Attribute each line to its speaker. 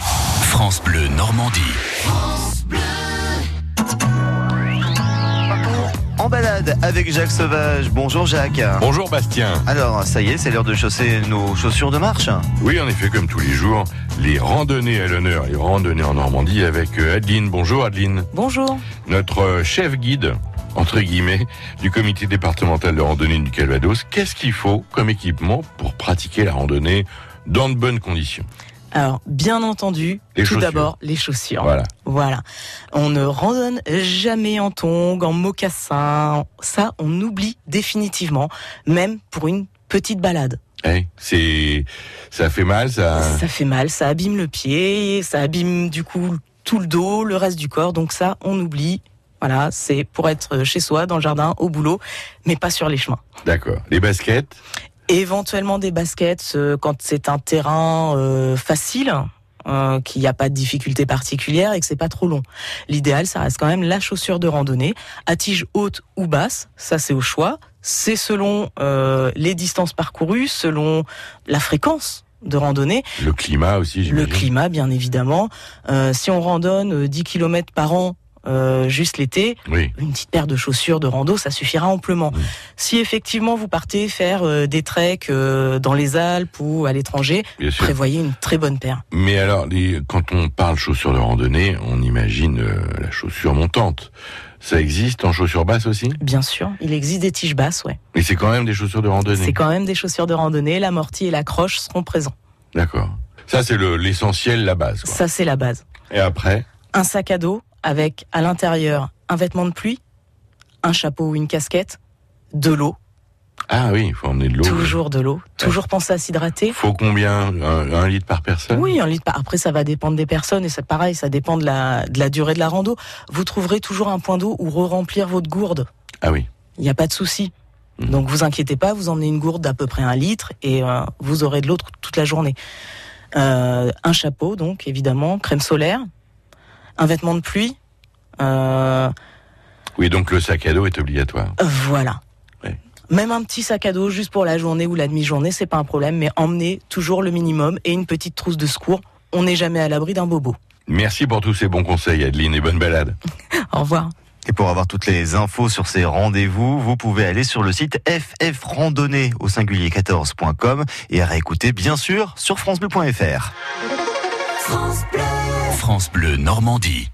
Speaker 1: France Bleu Normandie.
Speaker 2: En balade avec Jacques Sauvage. Bonjour Jacques.
Speaker 3: Bonjour Bastien.
Speaker 2: Alors, ça y est, c'est l'heure de chausser nos chaussures de marche.
Speaker 3: Oui, en effet, comme tous les jours, les randonnées à l'honneur, les randonnées en Normandie avec euh, Adeline. Bonjour Adeline.
Speaker 4: Bonjour.
Speaker 3: Notre euh, chef guide, entre guillemets, du comité départemental de randonnée du Calvados. Qu'est-ce qu'il faut comme équipement pour pratiquer la randonnée dans de bonnes conditions
Speaker 4: Alors, bien entendu,
Speaker 3: Les
Speaker 4: tout
Speaker 3: chaussures.
Speaker 4: d'abord, les chaussures.
Speaker 3: Voilà.
Speaker 4: Voilà. On ne randonne jamais en tongs, en mocassin. Ça, on oublie définitivement, même pour une petite balade.
Speaker 3: Eh, c'est, ça fait mal, ça.
Speaker 4: Ça fait mal, ça abîme le pied, ça abîme du coup tout le dos, le reste du corps. Donc ça, on oublie. Voilà, c'est pour être chez soi, dans le jardin, au boulot, mais pas sur les chemins.
Speaker 3: D'accord. Les baskets.
Speaker 4: éventuellement des baskets euh, quand c'est un terrain euh, facile, euh, qu'il n'y a pas de difficulté particulière et que c'est pas trop long. L'idéal, ça reste quand même la chaussure de randonnée, à tige haute ou basse, ça c'est au choix. C'est selon euh, les distances parcourues, selon la fréquence de randonnée,
Speaker 3: Le climat aussi,
Speaker 4: le
Speaker 3: j'imagine.
Speaker 4: climat bien évidemment. Euh, si on randonne euh, 10 km par an euh, juste l'été,
Speaker 3: Oui.
Speaker 4: une petite paire de chaussures de rando, ça suffira amplement.
Speaker 3: Oui.
Speaker 4: Si effectivement vous partez faire euh, des treks euh, dans les Alpes ou à l'étranger,
Speaker 3: Bien sûr.
Speaker 4: prévoyez une très bonne paire.
Speaker 3: Mais alors, les- quand on parle chaussures de randonnée, on imagine euh, la chaussure montante. Ça existe en chaussures basses aussi
Speaker 4: Bien sûr, il existe des tiges basses, ouais.
Speaker 3: Mais c'est quand même des chaussures de randonnée.
Speaker 4: C'est quand même des chaussures de randonnée, l'amorti et la croche seront présents.
Speaker 3: D'accord. Ça, c'est le- l'essentiel, la base. quoi.
Speaker 4: Ça c'est la base.
Speaker 3: Et après
Speaker 4: Un sac à dos avec à l'intérieur un vêtement de pluie, un chapeau ou une casquette, de l'eau,
Speaker 3: Ah oui, il faut emmener de l'eau.
Speaker 4: toujours de l'eau, toujours penser à s'hydrater.
Speaker 3: Faut combien un, un litre par personne
Speaker 4: Oui, un litre par- Après, ça va dépendre des personnes et c'est pareil, ça dépend de la, de la durée de la rando. Vous trouverez toujours un point d'eau où re-remplir votre gourde.
Speaker 3: Ah oui.
Speaker 4: Il n'y a pas de souci.
Speaker 3: Mhm.
Speaker 4: Donc vous inquiétez pas, vous emmenez une gourde d'à peu près un litre et euh, vous aurez de l'eau tr- toute la journée. Euh, un chapeau, donc évidemment, crème solaire, un vêtement de pluie. euh,
Speaker 3: Oui, donc le sac à dos est obligatoire.
Speaker 4: euh, voilà.
Speaker 3: Ouais.
Speaker 4: Même un petit sac à dos juste pour la journée ou la demi-journée, c'est pas un problème, mais emmenez toujours le minimum et une petite trousse de secours. On n'est jamais à l'abri d'un bobo.
Speaker 3: Merci pour tous ces bons conseils, Adeline, et bonne balade.
Speaker 4: Au revoir.
Speaker 2: Et pour avoir toutes les infos sur ces rendez-vous, vous pouvez aller sur le site ffrandonnée au singulier 14.com et à réécouter bien sûr sur francebleu.fr.
Speaker 1: France Bleu Normandie.